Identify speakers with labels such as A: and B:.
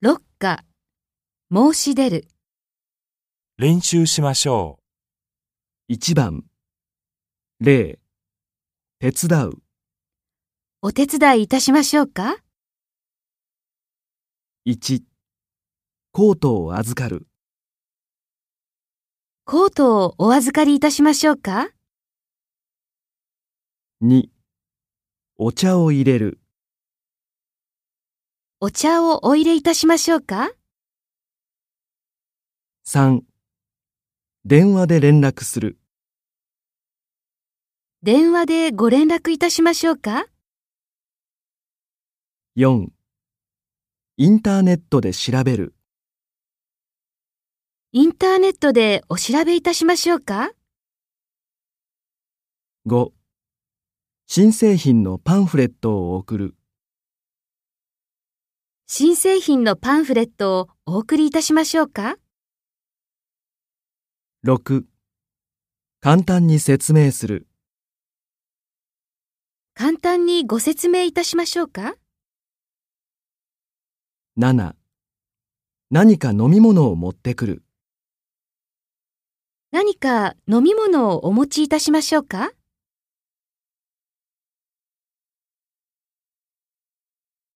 A: 六課、申し出る、
B: 練習しましょ
C: 1番0手伝う
A: お手伝いいたしましょうか
C: 1コートを預かる
A: コートをお預かりいたしましょうか
C: 2お茶を入れる
A: お茶をお入れいたしましょうか
C: 3電話で連絡する
A: 電話でご連絡いたしましょうか
C: 4インターネットで調べる
A: インターネットでお調べいたしましょうか
C: 5新製品のパンフレットを送る
A: 新製品のパンフレットをお送りいたしましょうか
C: 6簡単に説明する
A: 簡単にご説明いたしましょうか
C: 7何か飲み物を持ってくる
A: 何か飲み物をお持ちいたしましょうか